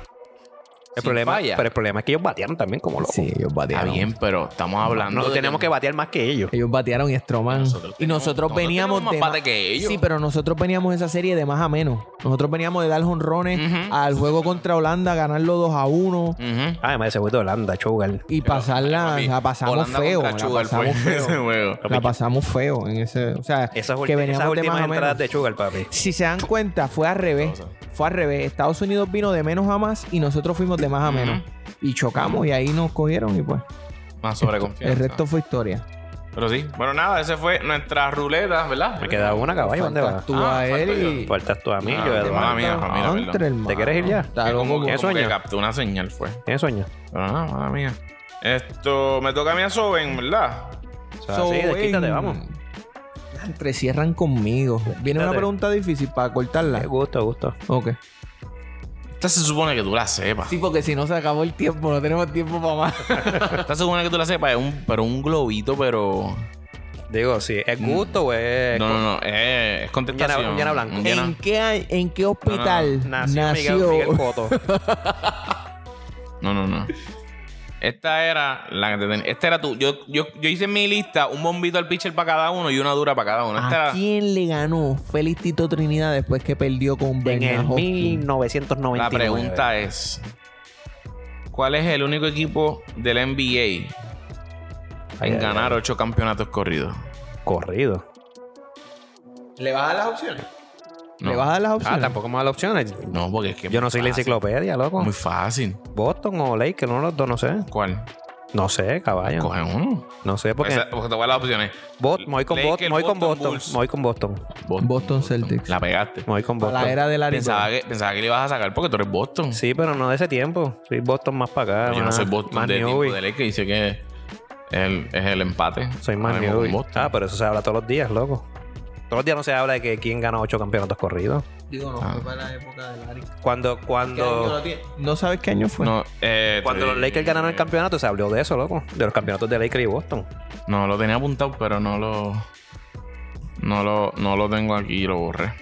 El sin problema, falla. pero el problema es que ellos batearon también como locos. Sí, ellos Está batearon. bien, pero estamos hablando. Ah, No de tenemos que batear más que ellos. Ellos batearon y Stroman. Nosotros y tenemos- nosotros nosotros veníamos tenemos de. más bate que ellos. Sí, pero nosotros veníamos esa serie de más a menos. Nosotros veníamos de dar jonrones Ujú. al juego contra Holanda, ganarlo 2 a 1 Ujú. Además, ese güey de Holanda, Chogal. y pasarla. Papi, La pasamos Holanda feo. La contra pues. Sugar fue pasamos *laughs* ese feo. juego. La pasamos feo en ese. O sea, Esas, que últimas- veníamos esas de más últimas a menos. entradas de Chogal, papi. Si se dan cuenta, fue al revés. Fue al revés. Estados Unidos vino de menos a más y nosotros fuimos de más a menos. Y chocamos y ahí nos cogieron y pues. Más sobreconfianza. El resto fue historia. Pero sí. Bueno, nada, ese fue nuestra ruleta, ¿verdad? Me queda una, caballo. ¿Dónde Faltas vas? tú Ah, a falto yo. él y. Faltas tú a mí, Ah, yo, te manda. Eduardo. mía, mía, mía, Contra, perdón. hermano. ¿Te quieres ir ya? Está Que como, loco. que- ¿Qué como que sueño? captó una señal fue. ¿Tienes sueño? Pero nada, mala mía. Esto me toca a mí a Soben, ¿verdad? O sea, So, sí, desquítate, en- vamos. Entre cierran conmigo. Viene una Date. pregunta difícil para cortarla. Gusto, gusto. Ok. Esta se supone que tú la sepas. Sí, porque si no se acabó el tiempo, no tenemos tiempo para más. Esta se supone que tú la sepas. Es un, pero un globito, pero. Digo, si es gusto pues, o es. No, no, no. eh, Es, es contestación. Un llena blanco. Un llena- ¿En qué, a- ¿En qué hospital Nació, nació? Miguel, *laughs* Miguel Cotto. No, no, no. Esta era la que te tenía. Esta era tú. Yo, yo, yo hice en mi lista un bombito al pitcher para cada uno y una dura para cada uno. Esta ¿A era- quién le ganó Félix Tito Trinidad después que perdió con en el Bernard Hopkins? 1999. La pregunta es: ¿Cuál es el único equipo del NBA Ay, en ay, ganar ocho campeonatos corridos? Corrido. ¿Le vas a dar las opciones? No. ¿Le vas a dar las Ah, opciones? tampoco más las opciones. No, porque es que. es Yo muy no soy la fácil. enciclopedia, loco. Muy fácil. Boston o Lakers, uno de los dos, no sé. ¿Cuál? No sé, caballo. Coge uno. No sé, porque. Porque, porque te voy a dar las opciones. Bot, me voy con Bot- Lakers, me voy con Boston, Boston. Bulls. Me voy con Boston. Boston, Boston Celtics. La pegaste. Me voy con A la Boston. era de la Pensaba que, pensaba que le ibas a sacar porque tú eres Boston. Sí, pero no de ese tiempo. Soy Boston más para acá. Yo no más- soy Boston más de tiempo newbie. de ley que dice que es el, es el empate. Soy más Ahora mismo con newbie. Boston. Ah, pero eso se habla todos los días, loco. Todos los días no se habla de que quién gana ocho campeonatos corridos. Digo, no, fue Ah. para la época de Larry. Cuando, cuando, ¿No sabes qué año fue? No, eh, pues. cuando te- los Lakers ganaron el campeonato, se habló de eso, loco. De los campeonatos de Lakers y Boston. No, lo tenía apuntado, pero no lo. No lo, no lo tengo aquí y lo borré.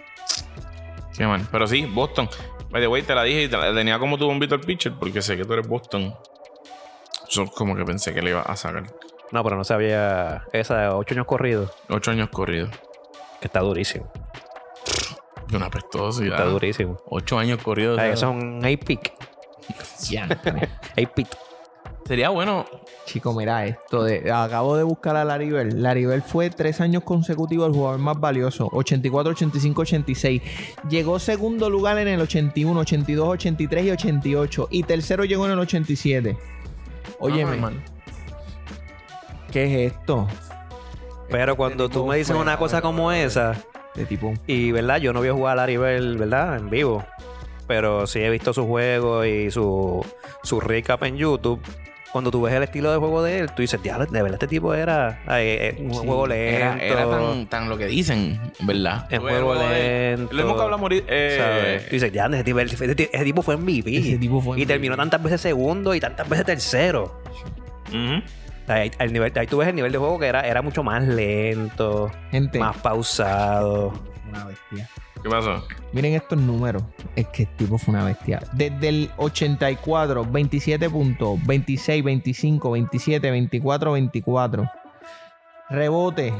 Qué mal. Pero sí, Boston. By the way, te la dije y te la tenía como tu bombito al pitcher porque sé que tú eres Boston. Yo como que pensé que le iba a sacar No, pero no sabía esa de ocho años corridos, ocho años corridos. que está durísimo. Y una pestosidad. Está durísimo. Ocho años corridos. Ay, eso es un A-Pick. A-Pick. Sería bueno. Chico, mira esto. De, acabo de buscar a Laribel. Laribel fue tres años consecutivos el jugador más valioso. 84, 85, 86. Llegó segundo lugar en el 81, 82, 83 y 88. Y tercero llegó en el 87. Óyeme, Ah, man. ¿qué es esto? Pero cuando tú me dices una cosa como esa, De Este tipo... y verdad, yo no vi jugar a Larry Bell, ¿verdad? En vivo. Pero sí he visto su juego y su, su recap en YouTube. Cuando tú ves el estilo de juego de él, tú dices, diablo, de verdad este tipo era eh, eh, un Sí, juego lento. Era, era tan, tan lo que dicen, ¿verdad? En Tú juego eres de- lento. eh, Lo mismo que hablamos ahorita, eh, ¿sabes? Tú dices, ya, ese tipo, ese tipo- ese tipo fue MVP. Ese tipo fue MVP. y terminó tantas veces segundo y tantas veces tercero. ujú. Ahí, ahí- al nivel, ahí tú ves el nivel de juego que era, era mucho más lento, Gente, más pausado. una bestia. ¿Qué pasó? Miren estos números. Es que el tipo fue una bestia. Desde el 84, 27 puntos, 26, 25, 27, 24, 24. Rebote.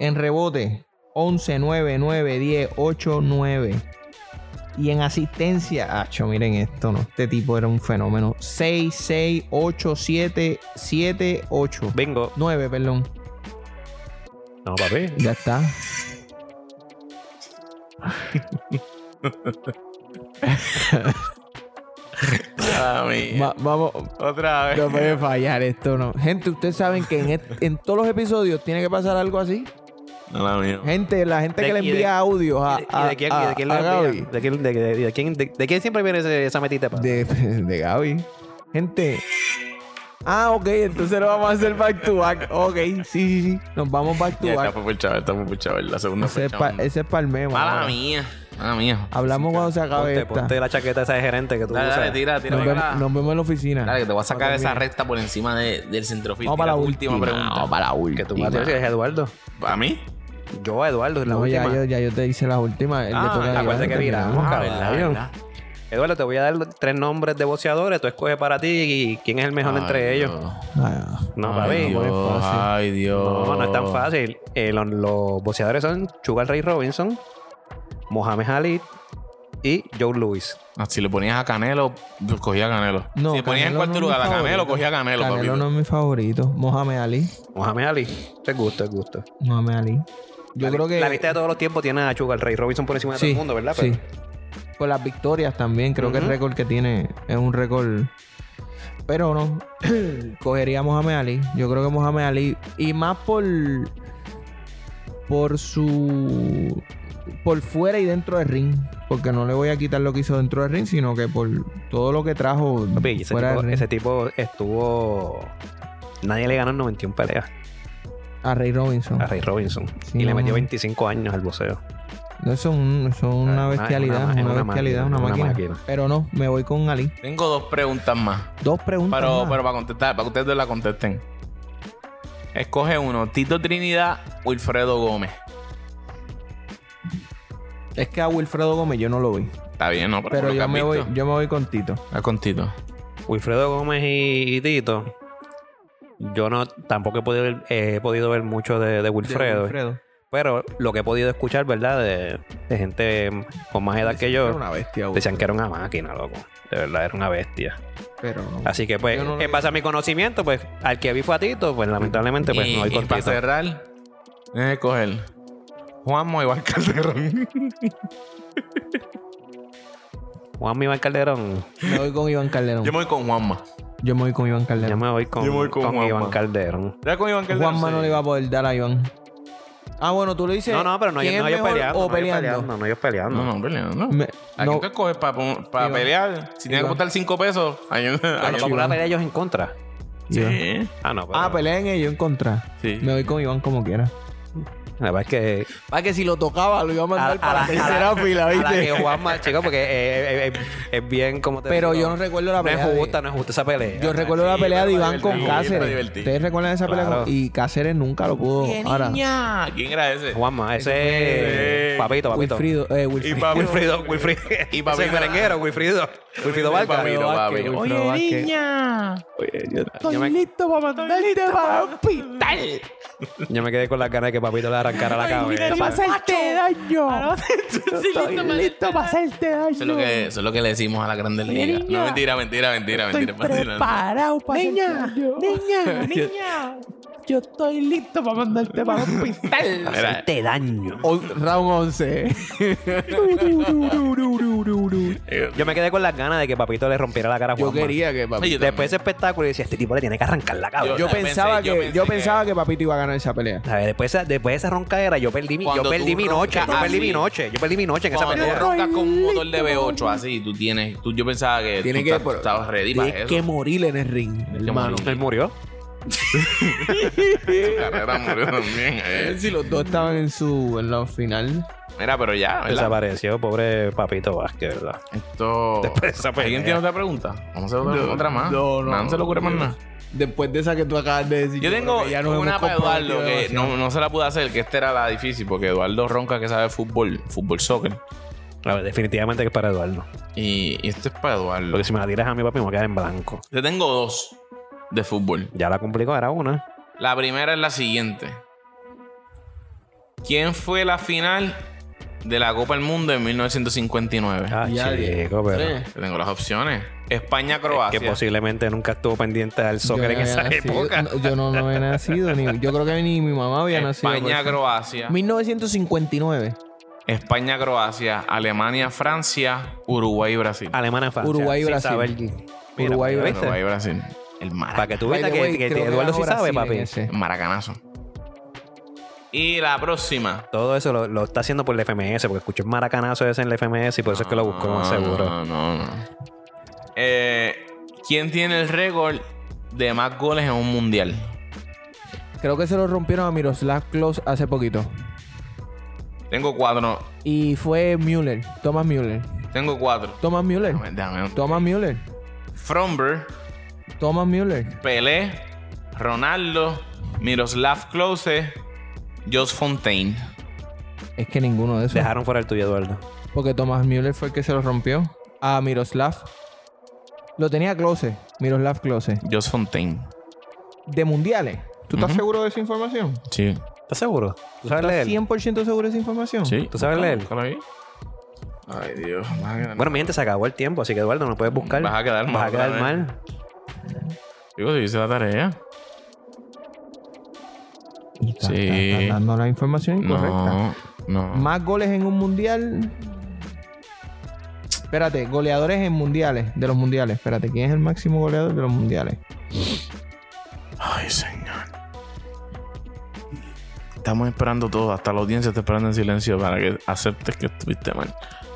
En rebote. 11, 9, 9, 10, 8, 9. Y en asistencia, acho, miren esto, ¿no? Este tipo era un fenómeno. 6, 6, 8, 7, 7, 8. Bingo. 9, perdón. No, papi. Ya está. Ah, mía. Va- vamos, Otra vez. No puede fallar esto, no. Gente, ustedes saben que en, est- en todos los episodios tiene que pasar algo así. Mala mía. Gente, la gente De- que le y de- envía audios a, ¿Y de- a, y de quién- a- y de quién lo a envía? Gaby. ¿De quién- de- de- de quién- de- de quién siempre viene ese- esa metita? pa? De, de Gaby. Gente. Ah, ok, entonces lo vamos a hacer back to back. Ok, sí, sí, sí. Nos vamos back to Ya está pues, back. por chaval, está por chaval. La segunda Ese fue es, pa- chaval. ese Ah, es para el meme. Mala ahora. mía. Mala mía. Hablamos cuando se acabe Ponte, esta. ponte la chaqueta esa de gerente que tú Dale, usas. dale, tira, tira. nos, para vemos, acá. nos vemos en la oficina. Dale, que te voy a sacar de esa terminar. recta por encima de- del centrofil. Vamos para la Tira tu última, pregunta. Vamos para la última. Que tú vas a decir, es Eduardo. ¿A mí? Yo, Eduardo, es la No, ya, última. yo, ya yo te hice las últimas. Ah, acuérdate que viramos. viramos. Ah, Ah, verdad, verdad, verdad. Eduardo, te voy a dar tres nombres de boceadores. Tú escoges para ti y quién es el mejor entre Ay, ellos. Dios. No, Ay, papi. no es Dios. fácil. Ay, Dios. No, no es tan fácil. Eh, los, los boceadores son Sugar Ray Robinson, Mohamed Ali y Joe Louis. Ah, Si le ponías a Canelo, pues, cogía a Canelo. No, si le ponías en Canelo cuarto no es lugar mi a Canelo, favorito. cogía a Canelo, Canelo papi. no es mi favorito. Mohamed Ali. Mohamed Ali, te gusto, te gusto. Mohamed Ali. Yo La creo li- que. La lista de todos los tiempos tiene a Sugar Ray Robinson por encima de todo el mundo, ¿verdad? Pues, Pero- Sí. Por las victorias también. Creo que el Ujú. récord que tiene es un récord. Pero no. *clears throat* Cogería a Mohamed Ali. Yo creo que Mohamed Ali. Y más por. Por su. Por fuera y dentro del ring. Porque no le voy a quitar lo que hizo dentro del ring, sino que por todo lo que trajo Papi, ese fuera tipo, del ring. ese tipo estuvo. Nadie le ganó en 91 peleas. a Ray Robinson. a Ray Robinson. Sí, y le no, metió no. 25 años al boxeo. No, eso es, un- eso es una Ah, es una bestialidad, ma- es una, una bestialidad, una, máquina, una máquina. máquina. Pero no, me voy con Ali. Tengo dos preguntas más. Dos preguntas. Pero, más. pero para contestar, para que ustedes dos la contesten. Escoge uno, Tito Trinidad, Wilfredo Gómez. Es que a Wilfredo Gómez yo no lo vi. Está bien, ¿no? Por Pero lo que yo has me, voy, Este, visto. yo me voy con Tito. Ah, con Tito. Wilfredo Gómez y, y Tito. Yo no tampoco he podido, ver- he podido ver mucho de, de Wilfredo. Pero lo que he podido escuchar, ¿verdad? De, de gente con más edad que yo. Era una bestia, Decían que era una máquina, loco. De verdad, era una bestia. Pero no. Así que, pues, Yo no lo en base a mi conocimiento, pues, al que vi fue a Tito, pues, lamentablemente, pues, y, no hay y para contacto. cerrar, eh, escoger Juanmo Iván *laughs* Calderón. Juan Iván Calderón. Me voy con Iván Calderón. yo me voy con Juanma. Yo me voy con Iván Yo Calderón. me voy con, Yo me voy con con Juanma. Iván Calderón. ¿Ya con Iván Calderón? Juanma no Sí. le iba a poder dar a Iván. Ah, bueno, tú le dices. No, no, pero no, ¿quién yo, es no ellos mejor peleando. O no, ellos peleando. peleando. No, ellos peleando. No, no, peleando, no. Me- ¿A no, quién tú escoges para Iván. pelear? Si tiene que Iván. costar 5 pesos, a Iván- a Ah, no, Iván- porque la pelea ellos en contra. Iván. Sí. Ah, no, pero. Ah, peleen ellos en contra. Sí. Me voy con Iván como quiera. La verdad es que. Para que si lo tocaba lo iba a mandar para la tercera fila, A la que Juanma, chico, porque eh, eh, eh, es bien como te Pero digo, yo no recuerdo la No es pelea. de- justa, no es justa esa pelea. Yo recuerdo sí, la pelea pero de está Iván con divertido, está Cáceres. divertido. ¿Ustedes recuerdan esa pelea? Claro. con- Y Cáceres nunca lo pudo. Bien, Ahora, niña. ¿Quién era ese? Juanma, ese Ese- es. Papito, papito. Wilfrido. Eh, Wilfrido. Y Pablo- Wilfrido, Wilfrido. *laughs* Y Y papito. papito. merenguero, Wilfrido. Wilfrido Valca. Papito, Vázquez, papito. Wilfredo Vázquez. niña. Yo me, listo para mandarte para el hospital. yo me quedé con la cara de que papito le arrancara la cabeza. hacerte daño. *laughs* Estoy listo para hacerte Eso es lo daño. que, eso es lo que le decimos a la grande liga. No, mentira, mentira, mentira, mentira. mentira. para Niña, niña, niña. Yo estoy listo para mandarte para el hospital. Era- Te daño. Round 11. Yo me quedé con las ganas de que papito le rompiera la cara a Yo Juanma. quería que papi. Yo Después de ese espectáculo, yo decía, este tipo le tiene que arrancar la cabeza. Yo Yo pensaba pensé, yo que pensé yo que- pensaba que Papito iba a ganar esa pelea. A ver, después, de esa- después de esa roncadera, yo perdí mi, yo Cuando perdí tú mi noche. Yo roncas perdí mi así. noche. Yo perdí mi noche en esa Cuando tú pelea. roncas con un motor de V8 así, tú tienes, tú, yo pensaba que Tiene tú que, estás- tú estabas ready para tiene eso. que morir en el ring, que hermano. morir. Él murió. Tu carrera murió también. eh. Si los dos estaban en su en la final. Mira, pero ya, ¿verdad? Desapareció, pobre papito Vázquez, ¿verdad? Esto. Después de esa pelea. ¿Alguien tiene otra pregunta? Vamos a hacer otra, No, otra más. no, no. Nada, se le ocurre más nada. Después de esa que tú acabas de decir. Yo tengo creo que ya nos una hemos para Eduardo comprometido que no, no se la pude hacer, que esta era la difícil, porque Eduardo ronca que sabe fútbol, fútbol soccer. A ver, definitivamente que es para Eduardo. Y, y esto es para Eduardo. Porque si me la tiras a mi papi, me voy a quedar en blanco. Te tengo dos de fútbol. Ya la complicó, era una. La primera es la siguiente. ¿Quién fue la final de la Copa del Mundo en 1959? Ah, Ya, chico, pero. Sí. Te tengo las opciones. Que España-Croacia. posiblemente nunca estuvo pendiente del Yo no soccer en había esa nacido, época. no, yo no, no había nacido. Ni, yo creo que ni mi mamá había nacido. pues, por eso. España-Croacia. 1959. España-Croacia. Alemania-Francia. Uruguay-Brasil. Alemana Francia. Uruguay y sin Brasil. saber. Mira, Uruguay y mira, Brasil. Uruguay-Brasil. El mar. Para que tú By veas the way, que, que creo que Eduardo sí ganó sabe, Brasil en papi. ese. Maracanazo. Y la próxima. Todo eso lo, lo está haciendo por el FMS, porque escuché un maracanazo ese en el FMS y por eso es que lo buscó más seguro. Ah, No, no, no. Eh, ¿Quién tiene el récord de más goles en un mundial? Creo que se lo rompieron a Miroslav Klose hace poquito. Tengo cuatro. Y fue Müller. Thomas Müller. Tengo cuatro. Thomas Müller. Déjame, déjame. Thomas Müller. Fromber, Thomas Müller. Pelé, Ronaldo, Miroslav Klose, Jos Fontaine. Es que ninguno de esos. Dejaron fuera el tuyo, Eduardo. Porque Thomas Müller fue el que se lo rompió a Miroslav. Lo tenía Klose. Miroslav Klose. Jos Fontaine. De mundiales. ¿Tú estás Ujú. seguro de esa información? Sí. ¿Estás seguro? ¿Tú sabes ¿Estás leer? 100% seguro de esa información? ¿Tú sabes leer? Búscalo ahí. Ay, Dios. Bueno, mi gente, se acabó el tiempo, así que Eduardo, no puedes buscar. Vas a quedar mal Vas a quedar otra mal. Digo, si hice la tarea. Y está- Sí. está- está dando la información incorrecta. No, no. Más goles en un mundial. Espérate, goleadores en mundiales. De los mundiales. Espérate, ¿quién es el máximo goleador de los mundiales? Ay, señor. Estamos esperando todo, hasta la audiencia está esperando en silencio para que aceptes que estuviste mal.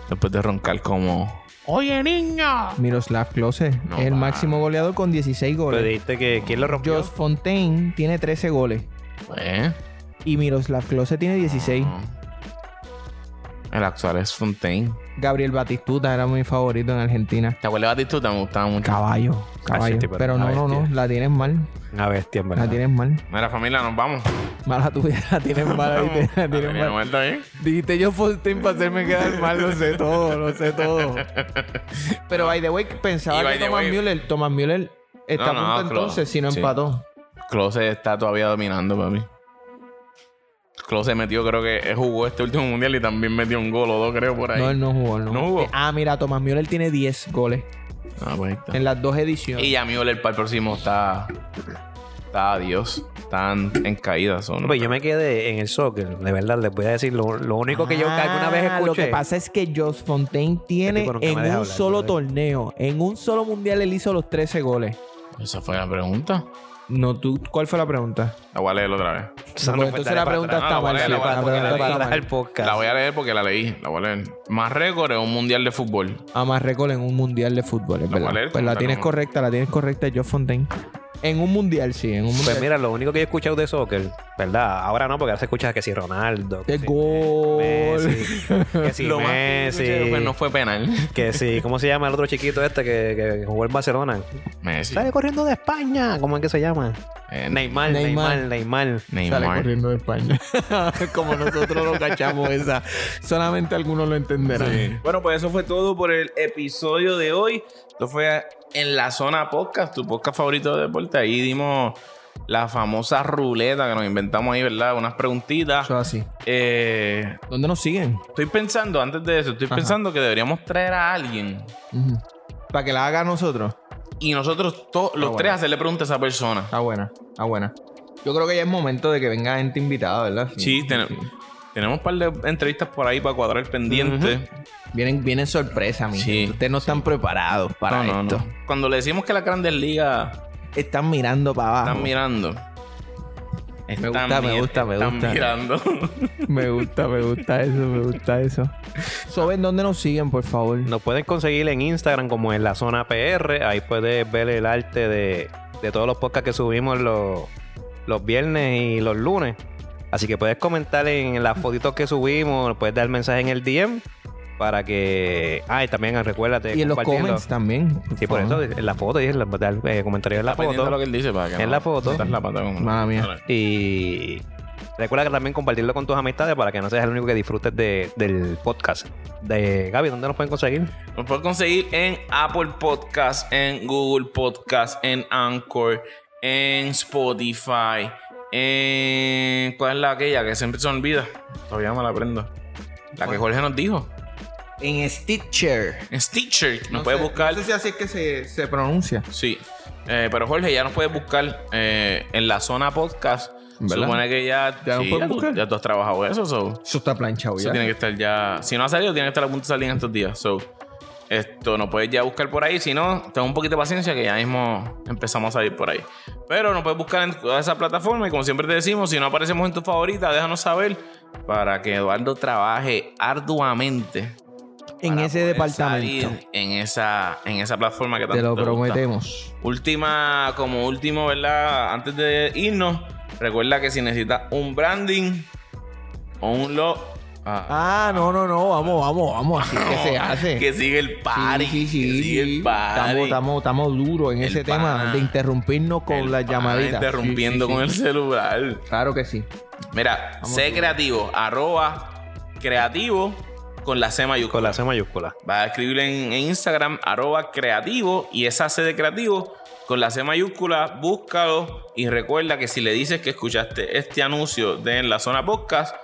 Después de roncar como. ¡Oye, niña! Miroslav Klose No, es el va. máximo goleador con 16 Pero goles. dijiste que quién lo rompió. Jos Fontaine tiene 13 goles. ¿Eh? Y Miroslav Klose tiene 16. El actual es Fontaine. Gabriel Batistuta era mi favorito en Argentina. ¿Te acuerdas de Batistuta? Me gustaba mucho. Caballo, Ah, caballo. ese tipo era Pero una no, no, no. bestia. La tienes mal. Una bestia, en La verdad. tienes mal. Mira, familia, nos vamos. Mala *laughs* tuya, la tienes mal. ¿viste? La tienes Familia, mal. ¿no está bien? Dijiste yo Fontaine para hacerme quedar mal, lo sé todo, lo sé *laughs* todo. Pero by the way, pensaba Y by que the Thomas way- Müller, Thomas Müller está a No, no, punto claro. entonces si no Sí. empató. Close está todavía dominando, papi. Close metió, creo que eh, jugó este último mundial y también metió un gol o dos, creo, por ahí. No, él no jugó, él no. ¿No jugó? Ah, mira, Thomas Müller tiene 10 goles Ah, pues ahí está. en las dos ediciones. Y ya Müller para el próximo está. Está adiós. Están en caída. Son. No, pero yo me quedé en el soccer, de verdad, les voy a decir lo, lo único que yo Ah, alguna vez escuché. Este Lo que pasa es que Jos Fontaine tiene tipo nunca me en un deja hablar, solo brother. torneo, en un solo mundial, él hizo los 13 goles. Esa fue la pregunta. No, tú, ¿cuál fue la pregunta? La voy a leer otra vez. Eso no Pues fue entonces darle la para pregunta atrás. Ah, está mal. la voy a sí, leer, la voy la a pregunta leer, la voy a está Para mal. dar el podcast. La voy a leer porque la leí. La voy a leer. Más récord es un mundial de fútbol. a más récord en un mundial de fútbol, es Lo verdad. cual es Pues la como tienes que no- correcta, la tienes correcta, Joe Fontaine. En un mundial, sí, en un mundial. Pues mira, lo único que yo he escuchado de soccer, ¿verdad? Ahora no, porque ahora se escucha que si Pues, Ronaldo, que ¡Qué si gol! Messi, *laughs* que si Lo más que Messi, escuché fue, no fue penal. que si, ¿cómo se llama el otro chiquito este que, que jugó en Barcelona? Messi. Sale corriendo de España, ¿cómo es que se llama? Eh, Neymar, Neymar. Neymar, Neymar. Sale Neymar. corriendo de España. *laughs* Como nosotros lo cachamos esa. Solamente algunos lo entenderán. Bueno, pues eso fue todo por el episodio de hoy. Esto fue en la zona podcast, tu podcast favorito de deporte. Ahí dimos la famosa ruleta que nos inventamos ahí, ¿verdad? Unas preguntitas. Eso es así. Eh, ¿Dónde nos siguen? estoy pensando, antes de eso, estoy Ajá. pensando que deberíamos traer a alguien Ujú. Para que la haga a nosotros. y nosotros to- Ah, los bueno. Ah, tres hacerle preguntas a esa persona. Está buena, está buena. Yo creo que ya es momento de que venga gente invitada, ¿verdad? Sí, ten- tenemos un par de entrevistas por ahí para cuadrar el pendiente. Vienen, vienen sorpresas, mi Sí, gente. Ustedes no están preparados para No, no, esto. no. Cuando le decimos que las grandes ligas Están mirando para abajo. están mirando. Me están gusta, me mir- gusta, me están gusta. mirando. Me gusta, me gusta eso, me gusta eso. Soben, ¿dónde nos siguen, por favor? Nos pueden conseguir en Instagram como en la zona PR. Ahí puedes ver el arte de, de todos los podcasts que subimos los, los viernes y los lunes. Así que puedes comentar en las fotitos que subimos, puedes dar mensaje en el DM para que... Ah, y también eh, recuérdate y en los compartirlo. comments también. Sí, por eso, favor. en la foto, y en la, dar, eh, comentario en la Pendiente de lo foto. que él dice para que En no- la foto. metas la pata como- Mala mía. Dale. Y recuerda que también compartirlo con tus amistades para que no seas el único que disfrutes de- del podcast. De Gaby, ¿dónde nos pueden conseguir? Nos puedes conseguir en Apple Podcast, en Google Podcast, en Anchor, en Spotify, en... ¿Cuál es la aquella que siempre se olvida? Todavía me la aprendo. La que Jorge nos dijo. En Stitcher. En Stitcher. Nos No puedes sé- buscar... No sé si así es que se, se pronuncia. Sí. Eh, pero Jorge, ya nos puedes buscar eh, en la zona podcast. ¿Verdad? Supone que ya... Ya nos puedes tú- buscar. ya tú has trabajado eso, so. Eso está planchado Eso Pues ya. tiene que estar ya. Si no ha salido, tiene que estar a punto de salir en estos días. So, esto no puedes ya buscar por ahí. Si no, ten un poquito de paciencia que ya mismo empezamos a salir por ahí. Pero no puedes buscar en todas esas plataformas. Y como siempre te decimos, si no aparecemos en tu favorita, déjanos saber para que Eduardo trabaje arduamente En para ese poder departamento. salir en esa, en esa plataforma que tanto Te lo gusta. prometemos. Última, como último, ¿verdad? Antes de irnos, recuerda que si necesitas un branding o un log. ah, Ah, no, no, no. Vamos, vamos, vamos. Así es *laughs* que se hace. que sigue el Sí, party. sí, sí, que sigue sí. el party. Estamos, estamos, estamos duros en El ese pan. tema de interrumpirnos con El las pana llamaditas. Interrumpiendo Sí, sí, con el sí. celular. Claro que sí. Mira, sé creativo. Arroba creativo con la C mayúscula. Con la C mayúscula. Va a escribirle en, en Instagram, arroba creativo y esa C de creativo con la C mayúscula, búscalo y recuerda que si le dices que escuchaste este anuncio de en la zona podcast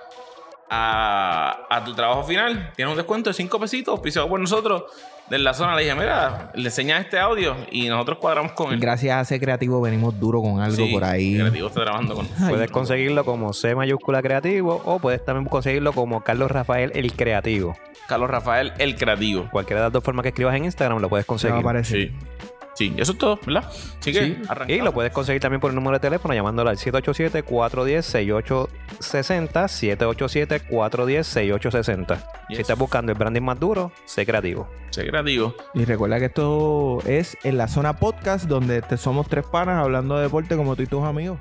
a, a tu trabajo final, tienes un descuento de 5 pesitos auspiciado por nosotros de la zona. Le dije, mira, le enseñas este audio y nosotros cuadramos con él. Gracias a ese creativo venimos duro con algo Sí, por ahí. Creativo está trabajando con nosotros. Puedes conseguirlo como C mayúscula creativo o puedes también conseguirlo como Carlos Rafael el creativo. Carlos Rafael, el creativo. Cualquiera de las dos formas que escribas en Instagram lo puedes Se va a conseguir. aparecer. Sí. Sí, eso es todo, ¿verdad? Así que Sí. arrancamos. Y lo puedes conseguir también por el número de teléfono llamándolo al 787-410-6860. 787-410-6860. Yes. Si estás buscando el branding más duro, sé creativo. Sé creativo. Y recuerda que esto es en la zona podcast donde te somos tres panas hablando de deporte como tú y tus amigos.